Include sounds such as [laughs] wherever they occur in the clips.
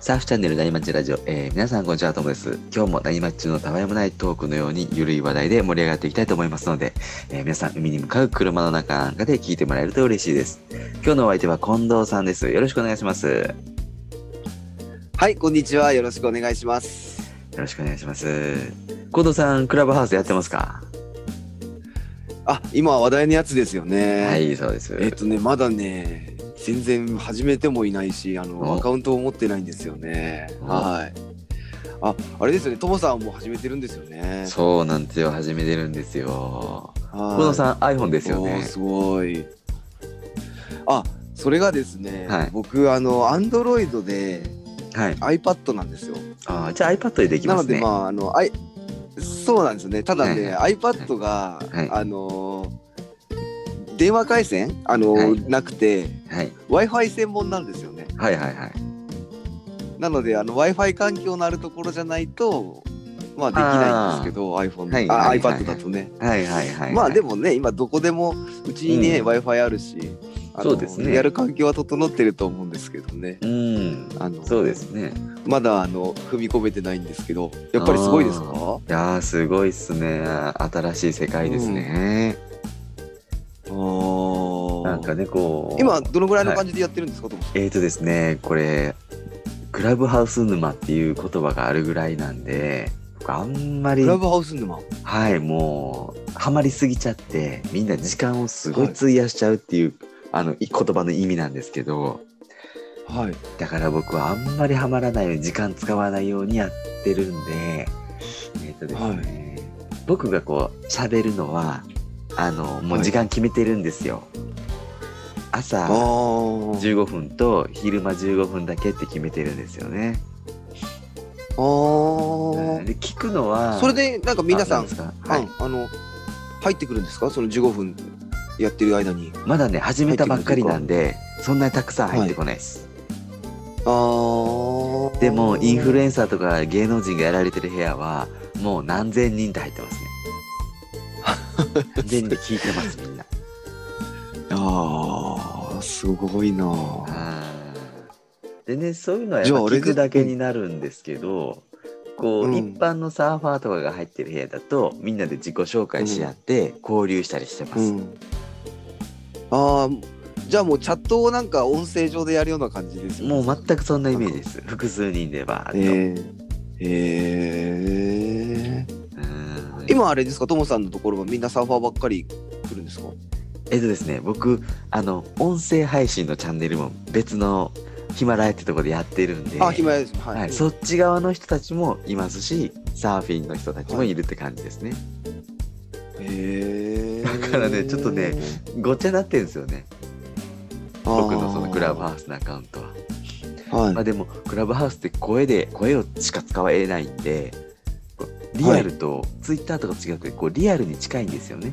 サーフチャンネルなにまちラジオ、えー皆さんこんにちは、ともです。今日もなにまちのたわいもないトークのようにゆるい話題で盛り上がっていきたいと思いますので、えー皆さん海に向かう車の中なんかで聞いてもらえると嬉しいです。今日のお相手は近藤さんです。よろしくお願いします。よはい、こんにちは。よろしくお願いします。ろしくお願いします。近藤さん、クラブハウスやってますか、あ、今話題のやつですよね。は。い、そうです。えっとね、まだね、全然始めてもいないし、あのおアカウントを持ってないんですよね。おはい。あ、あれですよね。ともさんも始めてるんですよね。そうなんですよ、始めてるんですよ。は近い藤さん、iPhone ですよおーね。すごい。あ、それがですね、はい僕あの Android ではい。 iPad なんですよ。あーじゃあ iPad でできなまのすね。でまああのあいそうなんですね。ただね、iPad が、はいあのー電話回線あのー、はいなくてはい、 Wi-Fi 専門なんですよね。はいはいはい。なのであの Wi-Fi 環境のあるところじゃないとまあできないんですけど iPhone、はいはいはいあ iPad だとね。はいはいはいはい。まあでも、もね今どこでもうちにね、うん Wi-Fi あるし。あのそうですねやる環境は整ってると思うんですけどね。うん。あのそうですね。まだあの踏み込めてないんですけど、やっぱりすごいですあか？いやー、すごいっすね。新しい世界ですね。ななんかね、こう。今、どのぐらいの感じでやってるんですか、と思ってえーとですね、これ、クラブハウス沼っていう言葉があるぐらいなんで、僕あんまりク、ラブハウス沼はい、もう、ハマりすぎちゃって、みんな時間をすごい費やしちゃうっていう、あの、い言葉の意味なんですけど、はいだから僕はあんまりハマらないように時間使わないようにやってるんで、えっ、とですね、僕がこう喋るのは、あの、もう時間決めてるんですよ。あ朝ー15分と昼間15分だけって決めてるんですよね。あーで聞くのは、それでなんか皆さあんなですかあ,、はい、あの入ってくるんですかその15分やってる間にまだね、始めたばっかりなんで、そんなにたくさん入ってこないです。あーでも、インフルエンサーとか芸能人がやられてる部屋は、もう何千人って入ってますね。何千人聞いてます、みんな。あーすごいなああーでねそういうのはやっじゃぱああれ聞でくだけになるんですけどこう、うん一般のサーファーとかが入ってる部屋だとみんなで自己紹介し合って交流したりしてます、うんあーじゃあもうチャットをなんか音声上でやるような感じですよねもう全くそんなイメージです複数人でバーッと、えーえーうん今あれですかともさんのところはみんなサーファーばっかり来るんですかえっとですね僕あの音声配信のチャンネルも別のヒマラヤってとこでやってるんであ、暇ですね。はい。はい、そっち側の人たちもいますしサーフィンの人たちもいるって感じですね、へだーからねちょっとね、ごっちゃになってるんですよね僕のそのクラブハウスのアカウントは。ス。はいまあ、でもクラブハウスって声で声をしか使えないんでこうリアルとツイッターとか違くてこうリアルに近いんですよね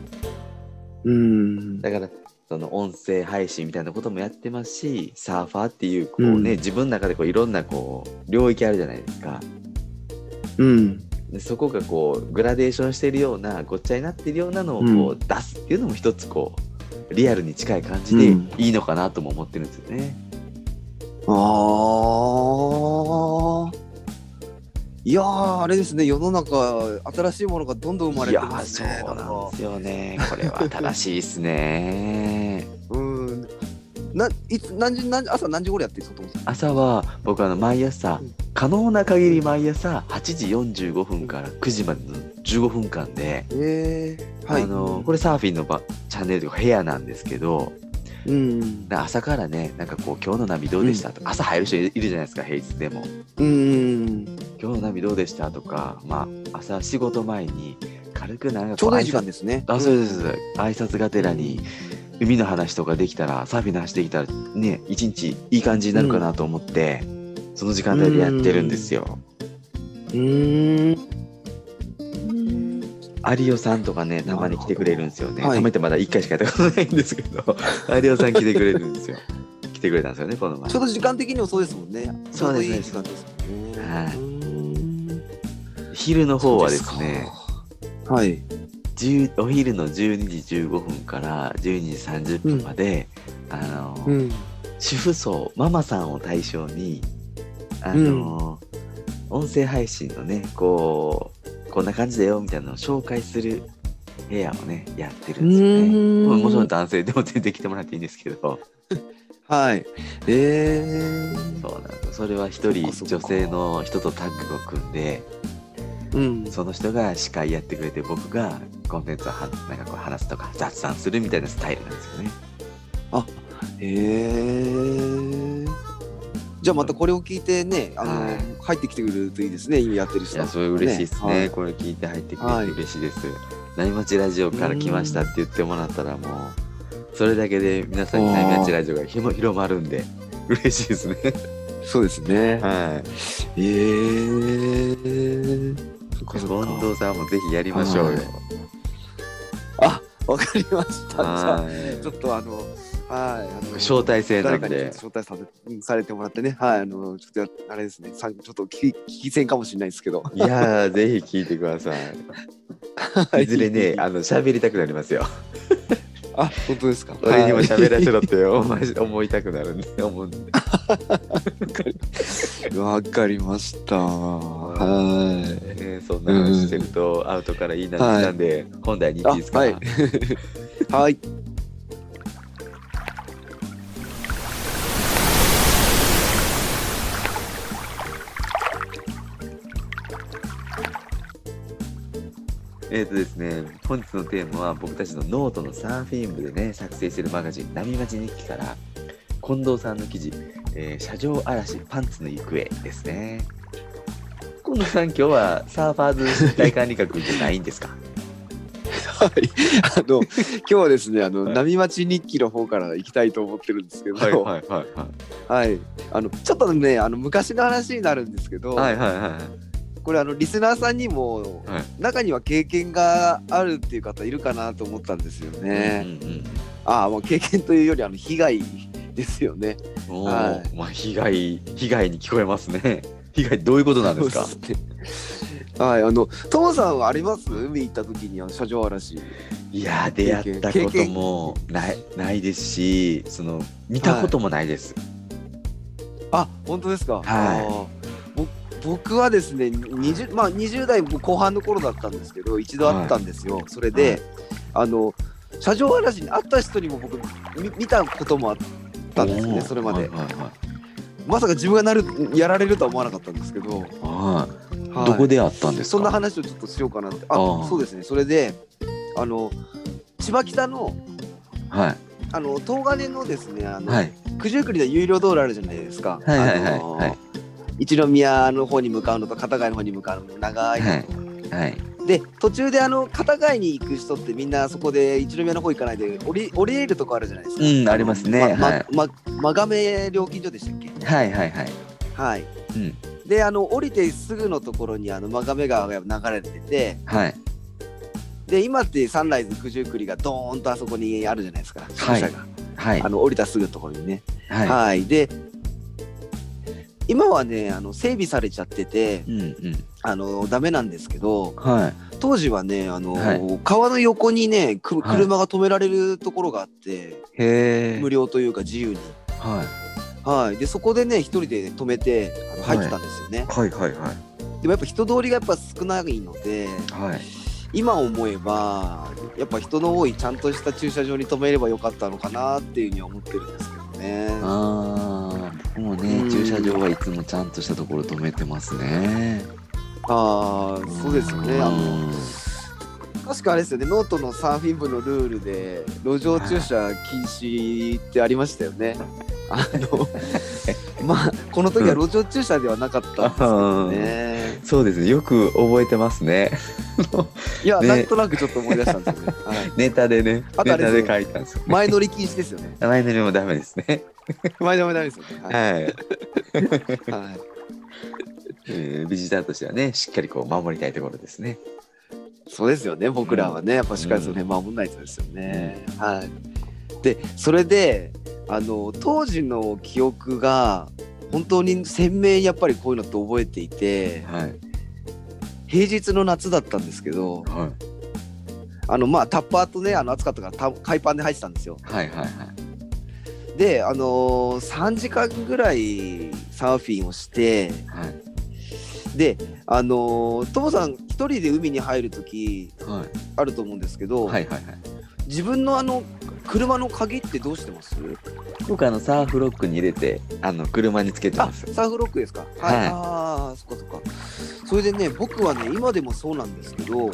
うん。だからその音声配信みたいなこともやってますしサーファーっていうこう、ねうん自分の中でこういろんなこう領域あるじゃないですかうん。でそこがこうグラデーションしてるようなごっちゃになってるようなのをうこんう出すっていうのも一つこうリアルに近い感じでうんいいのかなとも思ってるんですよね。ああ。いやーあれですね世の中新しいものがどんどん生まれいてやまーすそね。うなんですよね。これは正しいですね。 [laughs] なんかうん。ないつ何時何時朝何時頃やってるんですかともさん。朝は僕あの毎朝うん可能な限り毎朝8時45分から9時までの15分間で、ええはい。あのこれサーフィンのばチャンネルとか部屋なんですけどれ。うんな。朝からねなんかこう「今日の波どうでした?」とか、朝入る人いるじゃないですか平日でもうん。 「今日の波どうでした?」とか、まあ、朝仕事前に軽くなんかちょこううどいい時挨間拶ですね。あそうですそうです挨拶がてらに海の話とかできたらサーフィンの話できたらね一日いい感じになるかなと思って、その時間帯でやってるんですよ。うん。有オさんとかねたまに来てくれるんですよね。なるほどはい止めてまだ1回しかやったことないんですけど [laughs] 有オさん来てくれるんですよ。来てくれたんですよねこの前ちょ。うど時間的にもそうですもんね。そうですねちょうどいい時間ですもんね。はいうーん昼の方はですねそうですかはい。 10お昼の12時15分から12時30分まで、あの、うん。主婦層ママさんを対象にあの、音声配信のねこうこんな感じだよみたいなのを紹介する部屋をねやってるんですよね。まあもちろん男性でも出てきてもらっていいんですけどはい。えー。そうなんですそれは一人そっ女かそっか性の人とタッグを組んでうん。その人が司会やってくれて僕がコンテンツをはなんかこう話すとか雑談するみたいなスタイルなんですよね。えー。じゃあまたこれを聞いてね、あの、はい入ってきてくれるといいですね、今やってるい人。や、それ嬉しいですね。はいこれ聞いて入ってくれはてい嬉しいです。何まちラジオから来ましたって言ってもらったらもう、それだけで皆さんにおー何まちラジオが広広まるんで、嬉しいですね。そうですね。はい。えー。そっかそっ近か藤さんもぜひやりましょうよ。あ、わかりました。じゃあちはょっとあの、はい、あのい。招待制な誰んかにで。招待させうんされてもらってね、はい、あの、ちょっとやあれですね、さんちょっと聞き聞き戦かもしれないですけど、 [laughs] いやー、ぜひ聞いてください。いずれね、あの、喋りたくなりますよ。あ、本当ですか。俺にも喋らせる。ろって思い思いたくなるんで、思 [laughs] うんで。わかりました。はい。ね、そんな話してると、アウトからいいなってきたんで、本題に行っていいですか、あはいはい。えーとですね、本日のテーマは僕たちのノートのサーフィン部でね、作成してるマガジン、波町日記から、近藤さんの記事、えー車上嵐パンツの行方ですね。近藤さん、今日はサーファーズ大管理学じゃないんです [laughs] かはい。あの、今日はですね、あの、はい波町日記の方から行きたいと思ってるんですけど、はい、いはいはあの、ちょっとね、あの、昔の話になるんですけど、はいはいはい。これあのリスナーさんにも、はい中には経験があるっていう方いるかなと思ったんですよね。うんうんああもう経験というよりあの被害ですよね。うん、おお、はいまあ被害、被害に聞こえますね。 [laughs] 被害どういうことなんですかそうですね [laughs] はいあのトモさんはあります海行った時にあの車上嵐。いやー出会ったこともないないですしその見たこともないです、あ本当ですか。はいい。ぼ僕はですね20まあ20代後半の頃だったんですけど一度あったんですよ。それで、あの車上嵐に会った人にも僕見見たこともあったんですおねーそれまで。はいはいはいまさか自分がなるやられるとは思わなかったんですけど、あーはいどこであったんですかそんな話をちょっとしようかなってあああそうですねそれであの千葉北のはいあの東金のですねあの、はい九十九里の有料道路あるじゃないですか、はいはいはいあのはい一宮の方に向かうのと片貝の方に向かうの長い、はいはいで途中であの片貝に行く人ってみんなそこで一宮の方行かないで降り降りれるとこあるじゃないですか、うんありますねまはいまままがめ料金所でしたっけはいはいはいはいうんであの降りてすぐのところにあの曲目川が流れててはいで今ってサンライズ九十九里がドーンとあそこにあるじゃないですか宿舎が、はいあの降りたすぐのところにねはい、はで今はねあの整備されちゃってていうんうんあのダメなんですけどはい当時はねあの、はい川の横にねくはい車が止められるところがあって、へえ無料というか自由に、はいはい、でそこでね一人で止めてあの入ってたんですよね、はいはいはいでもやっぱ人通りがやっぱ少ないのではい今思えばやっぱ人の多いちゃんとした駐車場に止めればよかったのかなっていうふうには思ってるんですけどねあー僕もうねん駐車場はいつもちゃんとしたところ止めてますねああそうですよねあのうん確かあれですよねノートのサーフィン部のルールで路上駐車禁止ってありましたよねあ [laughs] のまあこの時は路上駐車ではなかったんですけどねそうですねよく覚えてますね [laughs] いやねなんとなくちょっと思い出したんですよね、はいネタでねあとネあれタですでよ書いたんですよ前乗り禁止ですよね前乗りもダメですね。 [laughs] 前乗りダメですよねはい、はい。はいえービジターとしてはね、しっかりこう守りたいところですね。そうですよね僕らはね、やっぱしっかりその辺守んないとですよね。はい、でそれであの当時の記憶が本当に鮮明にやっぱりこういうのって覚えていてはい。平日の夏だったんですけどはあのまあタッパーとねあの暑かったからた海パンで入ってたんですよはいはいはい。であのー3時間ぐらいサーフィンをしてはい。であのートモさん一人で海に入る時はい。あると思うんですけど、はいはいはい。自分のあの車の鍵ってどうしてます僕あのサーフロックに入れて、あの車につけてあます。サーフロックですかはい、はいああそっかそっかそれでね僕はね今でもそうなんですけどはい。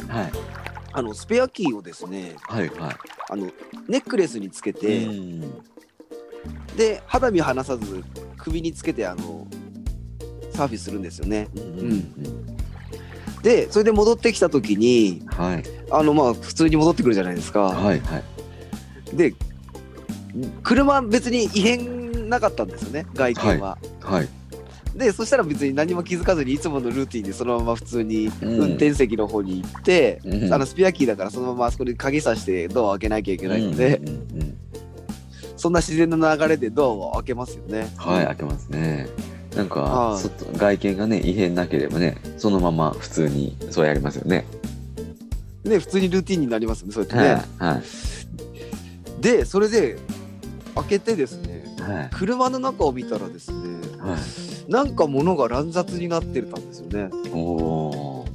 あのスペアキーをですねはいはい。あのネックレスにつけて、うんで肌身離さず首につけてあのサーフィンするんですよねうんううんん。でそれで戻ってきた時にはい。あのまあ普通に戻ってくるじゃないですか、はいはい。で車別に異変なかったんですよね外見は、はい。でそしたら別に何も気づかずにいつものルーティンでそのまま普通にうん運転席の方に行って、うんあのスペアキーだからそのままあそこに鍵さしてドアを開けなきゃいけないので、うんうんうんそんな自然な流れでドアを開けますよね。はい、開けますね。なんかはい、外外見がね、異変なければね、そのまま普通にそうやりますよね。ね普通にルーティンになりますよねそうやってはいね。はでそれで開けてですねい。はい。車の中を見たらですねはい。なんか物が乱雑になってたんですよねおー。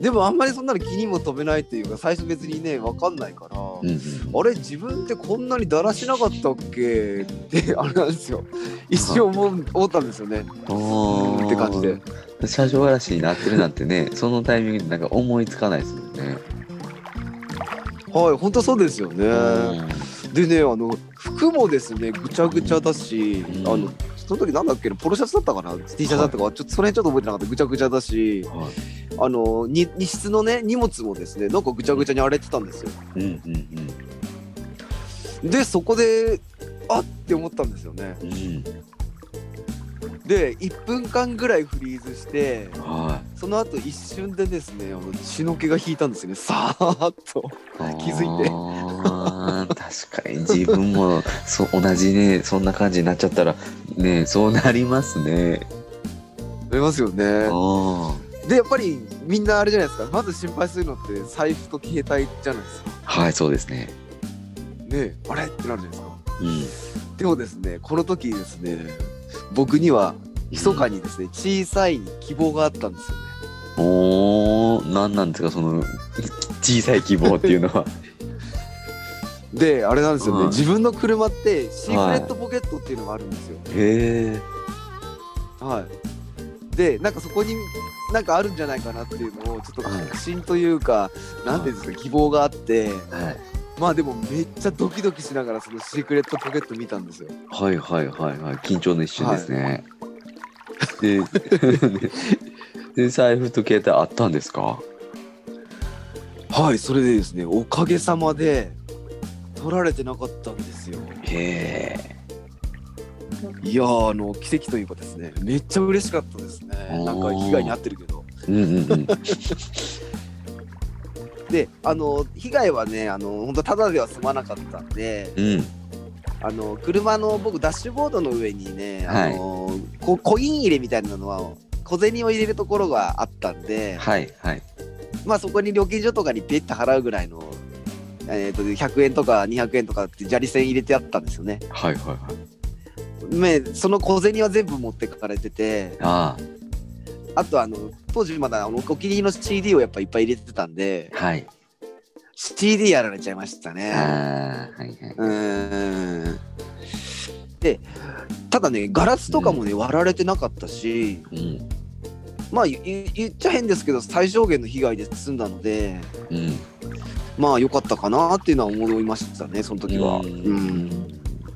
でもあんまりそんなの気にも留めないというか最初別にね分かんないから、うんうんあれ自分ってこんなにだらしなかったっけってあれなんですよ一瞬思う思ったんですよねおうんーって感じで。車上荒らしになってるなんてね、 [laughs] そのタイミングでなんか思いつかないですもんね。はい本当そうですよね、うんでねあの服もですねぐちゃぐちゃだし、うんあのその時なんだっけポロシャツだったかな T シャツだったか、ちょっとその辺ちょっと覚えてなかったぐちゃぐちゃだしはあのに荷室のね荷物もですねなんかぐちゃぐちゃに荒れてたんですよい。うんうんでそこであって思ったんですよねうん。うん。で1分間ぐらいフリーズしてはその後一瞬でですねあの血の気が引いたんですよねさーっとい。気づいてあー確かに自分もそう同じね [laughs] そんな感じになっちゃったらねそうなりますね。ありますよねあでやっぱりみんなあれじゃないですかまず心配するのって財布と携帯じゃないですかあはいそうですね。ねえあれってなるじゃないですかうん。でもですねこの時ですね僕には密かにですね、小さい希望があったんですよねおーなんなんですかその小さい希望っていうの [laughs] は。であれなんですよね、うん自分の車ってシークレットポケットっていうのがあるんですよへえ。はい、でなんかそこになんかあるんじゃないかなっていうのをちょっと確信というか、なんていうんですか希望があってはい。まあでもめっちゃドキドキしながらそのシークレットポケット見たんですよはいはいはいはい緊張の一瞬ですね。 [laughs] でで財布と携帯あったんですかはいそれでですねおかげさまで取られてなかったんですよへえ。いやーあの奇跡というかですねめっちゃ嬉しかったですねおーなんか被害に遭ってるけどうんうんうん。であの被害はねあの本当ただでは済まなかったんでうん。あの車の僕ダッシュボードの上にねあの、こコイン入れみたいなのは小銭を入れるところがあったん [laughs] で、はいはい。まあそこに料金所とかにペッて払うぐらいの、えー、と100円とか200円とかって砂利線入れてあったんですよね。はいはいはい。ねその小銭は全部持ってかれててああとあの当時まだあのお気に入りの CD をやっぱいっぱい入れてたんであ。はい。 CD やられちゃいましたね。ああ。はいはい。うーんでただねガラスとかもね、割られてなかったしうん。まあ言言っちゃ変ですけど最小限の被害で済んだのでうん。まあ良かったかなっていうのは思いましたねその時は。ううんん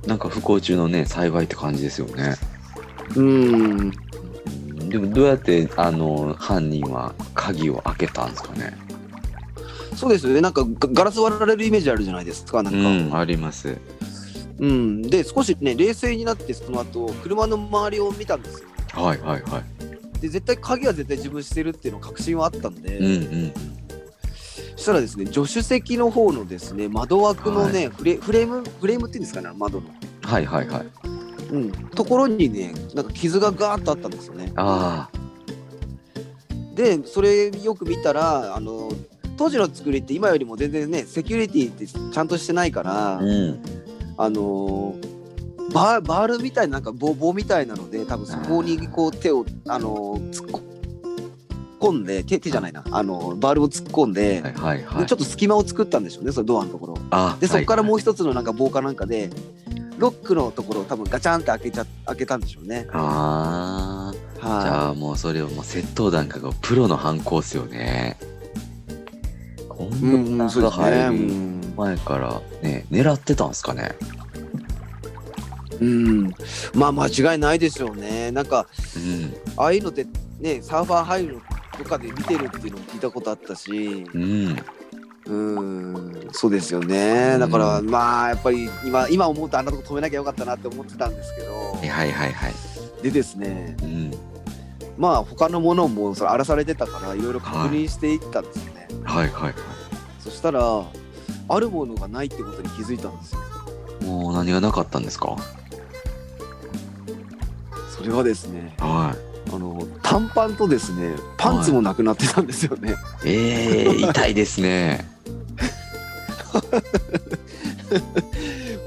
なんか不幸中のね幸いって感じですよね。うんうんでもどうやってあの犯人は鍵を開けたんですかね。そうですよねなんかガガラス割られるイメージあるじゃないですかなんか、うんあります。で少しね冷静になってその後車の周りを見たんですよはいはいはい。で絶対鍵は絶対自分してるっていうの確信はあったんで、うんうん。そしたらですね助手席の方のですね窓枠のね、フレフレームフレームっていうんですかね窓の、はいはいはい。うん、ところにねなんか傷がガーッとあったんですよねあでそれよく見たらあの当時の作りって今よりも全然ねセキュリティってちゃんとしてないから、うん。あのーバーバールみたいななんか棒棒みたいなので多分そこにこう手を、あのー突っ込んで手手じゃないな、あのーバールを突っ込んで,、はいはいはでい。ちょっと隙間を作ったんでしょうねそのドアのところあでそこからもう。う一つのなんか棒かなんかでロックのところを多分ガチャンって開けちゃ開けたんでしょうね。ああ。じはゃあもうそれをもう窃盗団かがプロの犯行っすよね。こい。うんん、う、なんそうですね。う入るん前からね狙ってたんすかね。うん、まあ間違いないでしょうね。なんかうん。ああいうのってねサーファー入るとかで見てるっていうのも聞いたことあったし、うん、うん、そうですよね。だから、まあやっぱり今今思うとあんなとこ止めなきゃよかったなって思ってたんですけどはい、はいはいはい。でですね、うん、まあ他のものもそれ荒らされてたからいろいろ確認していったんですよね。はいはいはそしたらあるものがないってことに気づいたんですよ。い。もう何がなかったんですか。それはですね、はあの短パンとですね、パンツもなくなってたんですよね。い。ええ [laughs] ー、痛いですね。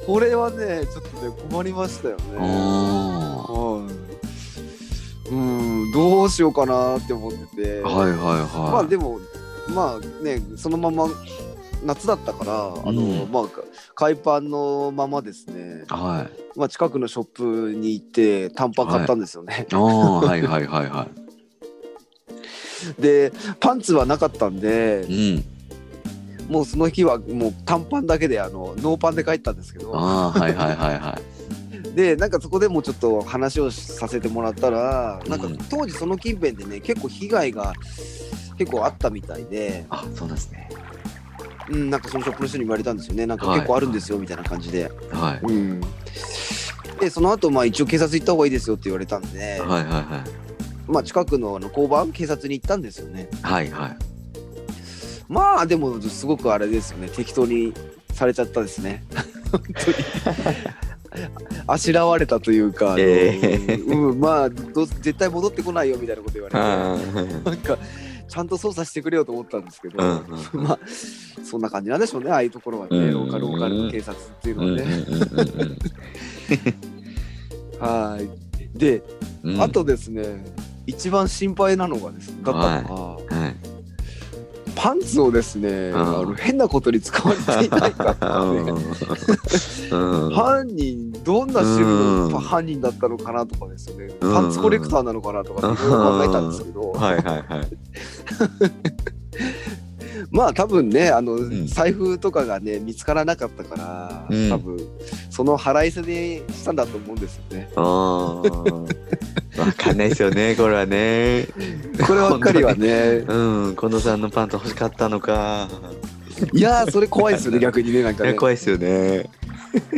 これはね、ちょっとね困りましたよおね。ーはい。うん、どうしようかなって思ってて、はいはいまあはい。でもまあねそのまま夏だったからあの、うんまあか海パンのままですね、はい。まあ近くのショップに行って短パン買ったんですよね。ああー、はいはいはいは [laughs] でパンツはなかったんで。い。うん。もうその日はもう短パンだけであのノーパンで帰ったんですけどああ、はいはいはいはい。でなんかそこでもうちょっと話をさせてもらったらなんかうん当時その近辺でね結構被害が結構あったみたいで、あ、そうなんですね。うん、なんかそのショップの人に言われたんですよねなんかはい結構あるんですよみたいな感じで、はい。うん、でその後まあ一応警察行った方がいいですよって言われたんで、はいはいはまあ、近くのあの交番警察に行ったんですよねい。はいはい。まあでもすごくあれですよね適当にされちゃったですね本当にあしらわれたというか、あのええうん、まあどう絶対戻ってこないよみたいなこと言われてなうんかちゃんと捜査してくれよと思ったんですけど、うんうんまあそんな感じなんでしょうねああいうところはね、うんローカルローカルの警察っていうのんはね、うんはいで、うんうんあ、とですね一番心配なのがですだったのが、はい。パンツをですね、んあの変なことに使われていないかっていうねうん犯人どんな種類の犯人だったのかなとかですよね、うんパンツコレクターなのかなとかっていろいろ考えたんですけど、はいはいはい。まあ多分ねあの、ん財布とかがね見つからなかったから、うん多分その腹いせにしたんだと思うんですよ [laughs] ね。あーわかんないですよね、これはね。こればっかり [laughs] はねうん、近藤さんのパンツ欲しかったのか。いやーそれ怖いですよね逆にねなんいかや、ね怖いですよね。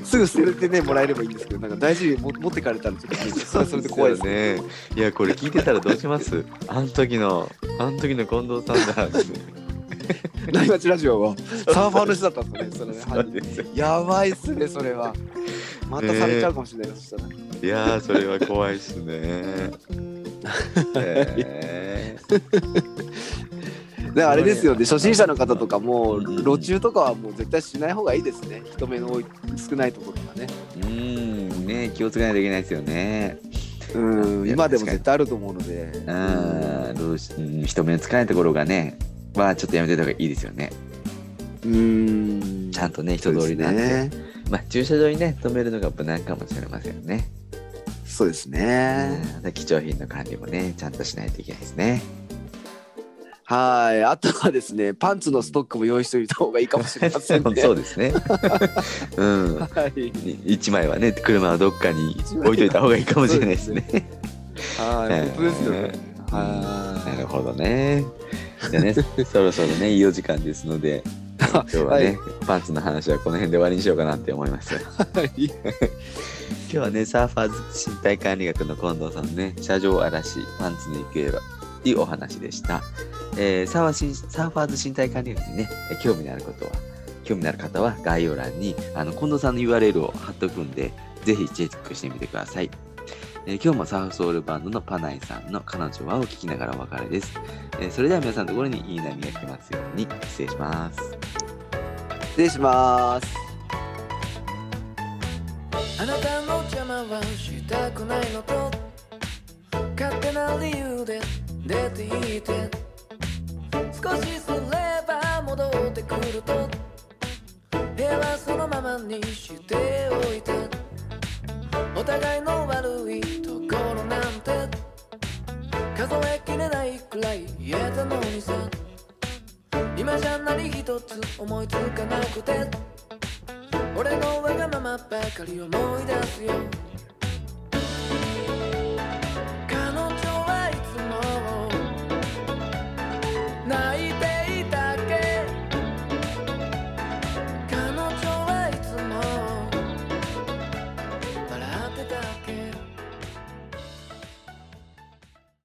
すぐ捨ててねもらえればいいんですけどなんか大事にも持ってかれた [laughs] らちょっとねそれはそれで怖いですね。いや、これ聞いてたらどうしますあの時の、あの時の近藤さんだ。ナイマチラジオはサーファーの人だったんですよねそ [laughs] れね犯人やばいっすねそれは。またされちゃうかもしれない、そしたら。いやー、それは怖いです [laughs] ね。えーだからあれですよね初心者の方とかもうん路中とかはもう絶対しない方がいいですね人目の多い少ないところとかねうん、ね、気をつけないといけないですよね。うんいや今でも絶対あると思うのでうん、どうし、うん人目のつかないところがね、はちょっとやめてた方がいいですよね。うんちゃんとね、人通りなんで。ねまあ、駐車場にね、止めるのが無難かもしれませんね。そうですうねんだから貴重品の管理もね、ちゃんとしないといけないですね。はいあとはですねパンツのストックも用意しておいた方がいいかもしれません [laughs] ねそうですね。うん。はい一枚はね、車のどっかに置いといた方がいいかもしれないですね。はい本当ですよねなるはほどね。じゃあね、そろそろね、いいお時間ですので、今日はね、パンツの話はこの辺で終わりにしようかなって思います。い今日はね、サーファーズ身体管理学の近藤さんのね、車上荒らし、パンツの行方は、っていうお話でした。えーサーファーしサーファーズ身体管理学にね、えー興味のあることは、興味のある方は概要欄に、あの、近藤さんの URL を貼っとくんで、ぜひチェックしてみてください。えー今日もサーフソウルバンドのパナイさんの彼女はを聞きながらお別れです。えーそれでは皆さんのところにいい波が来てますように失礼します。失礼しますあなたの邪魔はしたくないのと勝手な理由で出て行って少しすれば戻ってくると部屋はそのままにしておいてお互いの悪いところなんて数えきれないくらい言えたのにさ今じゃ何一つ思いつかなくて俺のわがままばかり思い出すよ